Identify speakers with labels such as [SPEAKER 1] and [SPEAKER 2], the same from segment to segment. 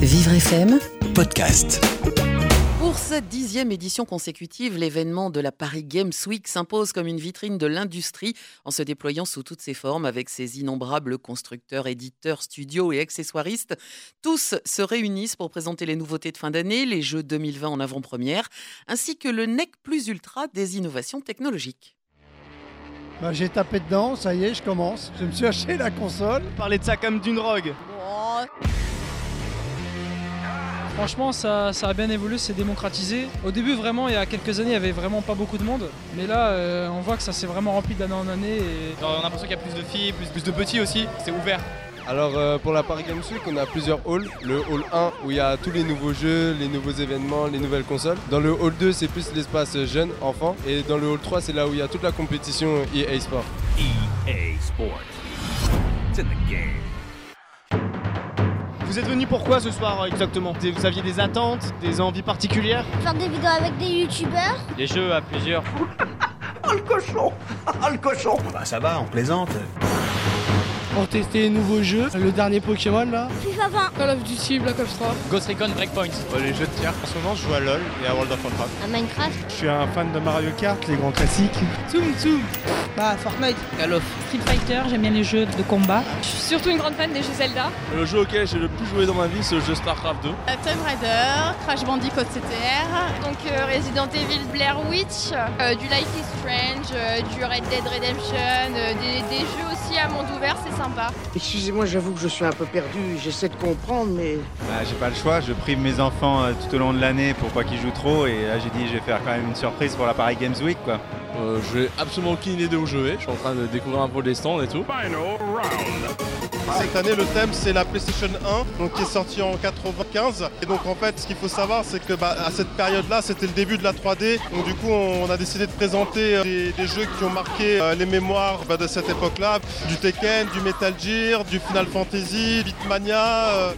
[SPEAKER 1] Vivre FM,
[SPEAKER 2] podcast.
[SPEAKER 3] Pour cette dixième édition consécutive, l'événement de la Paris Games Week s'impose comme une vitrine de l'industrie en se déployant sous toutes ses formes avec ses innombrables constructeurs, éditeurs, studios et accessoiristes. Tous se réunissent pour présenter les nouveautés de fin d'année, les Jeux 2020 en avant-première, ainsi que le nec plus ultra des innovations technologiques.
[SPEAKER 4] Bah, j'ai tapé dedans, ça y est, je commence. Je me suis acheté la console.
[SPEAKER 5] parler de ça comme d'une drogue.
[SPEAKER 6] Franchement, ça, ça a bien évolué, c'est démocratisé. Au début, vraiment, il y a quelques années, il n'y avait vraiment pas beaucoup de monde. Mais là, euh, on voit que ça s'est vraiment rempli d'année en année. Et...
[SPEAKER 5] Genre, on a l'impression qu'il y a plus de filles, plus, plus de petits aussi, c'est ouvert.
[SPEAKER 7] Alors euh, pour la Paris Games Week, on a plusieurs halls. Le hall 1 où il y a tous les nouveaux jeux, les nouveaux événements, les nouvelles consoles. Dans le hall 2, c'est plus l'espace euh, jeunes, enfants. Et dans le hall 3, c'est là où il y a toute la compétition euh, EA Sport.
[SPEAKER 8] EA Sports. E It's in the game.
[SPEAKER 5] Vous êtes venus pourquoi ce soir euh, exactement Des- Vous aviez des attentes, des envies particulières
[SPEAKER 9] faire des vidéos avec des youtubeurs.
[SPEAKER 5] Les jeux à plusieurs.
[SPEAKER 8] Bah ça va, on plaisante.
[SPEAKER 4] Pour tester les nouveaux jeux, le dernier Pokémon là.
[SPEAKER 9] FIFA 20.
[SPEAKER 6] Call of Duty, Black Ops 3.
[SPEAKER 5] Ghost Recon Breakpoint.
[SPEAKER 7] Euh, les jeux de tiers. En ce moment, je joue à LoL et à World of Warcraft.
[SPEAKER 9] À Minecraft.
[SPEAKER 4] Je suis un fan de Mario Kart, les grands classiques.
[SPEAKER 6] Zoom, zoom.
[SPEAKER 4] Bah Fortnite. Call of.
[SPEAKER 10] Street Fighter, j'aime bien les jeux de combat. Je suis surtout une grande fan des jeux Zelda.
[SPEAKER 7] Le jeu auquel j'ai le plus joué dans ma vie, c'est le jeu StarCraft 2.
[SPEAKER 10] Euh, Tomb Raider, Crash Bandicoot CTR. Donc euh, Resident Evil, Blair Witch, euh, du Life is Strange, euh, du Red Dead Redemption, euh, des, des jeux aussi à monde ouvert, c'est sympa.
[SPEAKER 4] Excusez-moi, j'avoue que je suis un peu perdu, j'essaie de comprendre, mais.
[SPEAKER 7] Bah, j'ai pas le choix, je prive mes enfants euh, tout au long de l'année pour pas qu'ils jouent trop. Et là, j'ai dit, je vais faire quand même une surprise pour la Paris Games Week. quoi. Euh, je n'ai absolument aucune idée où je vais. Je suis en train de découvrir un peu les stands et tout.
[SPEAKER 11] Cette année, le thème c'est la PlayStation 1, donc qui est sortie en 95. Et donc en fait, ce qu'il faut savoir, c'est que bah, à cette période-là, c'était le début de la 3D. Donc du coup, on a décidé de présenter euh, des, des jeux qui ont marqué euh, les mémoires bah, de cette époque-là, du Tekken, du Metal Gear, du Final Fantasy, Beatmania. euh,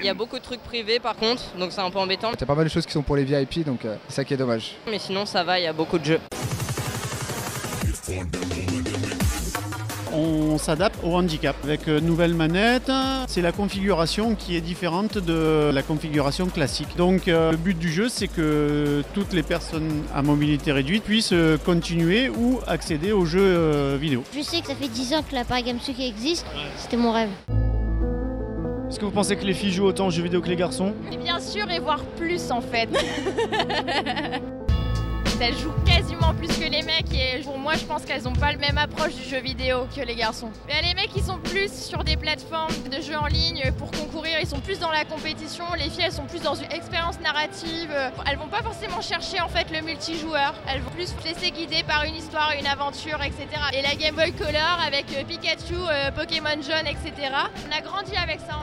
[SPEAKER 10] Il y a beaucoup de trucs privés par contre, donc c'est un peu embêtant.
[SPEAKER 4] T'as pas mal de choses qui sont pour les VIP, donc euh, c'est ça qui est dommage.
[SPEAKER 10] Mais sinon ça va, il y a beaucoup de jeux.
[SPEAKER 4] On s'adapte au handicap avec euh, nouvelle manette. C'est la configuration qui est différente de la configuration classique. Donc euh, le but du jeu, c'est que toutes les personnes à mobilité réduite puissent euh, continuer ou accéder aux jeux euh, vidéo.
[SPEAKER 9] Je sais que ça fait 10 ans que la Paris Games Week existe. C'était mon rêve.
[SPEAKER 5] Est-ce que vous pensez que les filles jouent autant aux jeux vidéo que les garçons
[SPEAKER 10] Et bien sûr, et voir plus en fait. Elles jouent quasiment plus que les mecs et pour moi je pense qu'elles n'ont pas le même approche du jeu vidéo que les garçons. Mais les mecs ils sont plus sur des plateformes de jeux en ligne pour concourir, ils sont plus dans la compétition, les filles elles sont plus dans une expérience narrative, elles vont pas forcément chercher en fait le multijoueur, elles vont plus se laisser guider par une histoire, une aventure, etc. Et la Game Boy Color avec euh, Pikachu, euh, Pokémon jaune, etc. On a grandi avec ça.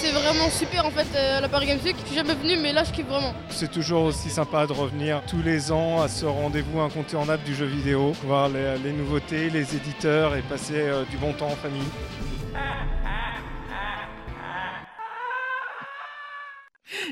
[SPEAKER 9] C'est vraiment super en fait euh, la Paris Games Week. Je suis jamais venue mais là je kiffe vraiment.
[SPEAKER 4] C'est toujours aussi sympa de revenir tous les ans à ce rendez-vous incontournable du jeu vidéo, voir les, les nouveautés, les éditeurs et passer euh, du bon temps en famille.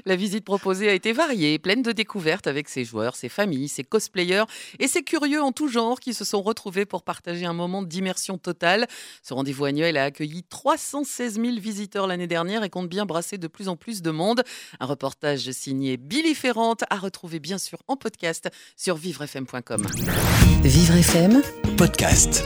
[SPEAKER 3] La visite proposée a été variée, pleine de découvertes avec ses joueurs, ses familles, ses cosplayers et ses curieux en tout genre qui se sont retrouvés pour partager un moment d'immersion totale. Ce rendez-vous annuel a accueilli 316 000 visiteurs l'année dernière et compte bien brasser de plus en plus de monde. Un reportage signé Billy Ferrante à retrouver bien sûr en podcast sur vivrefm.com.
[SPEAKER 1] Vivre FM.
[SPEAKER 2] Podcast.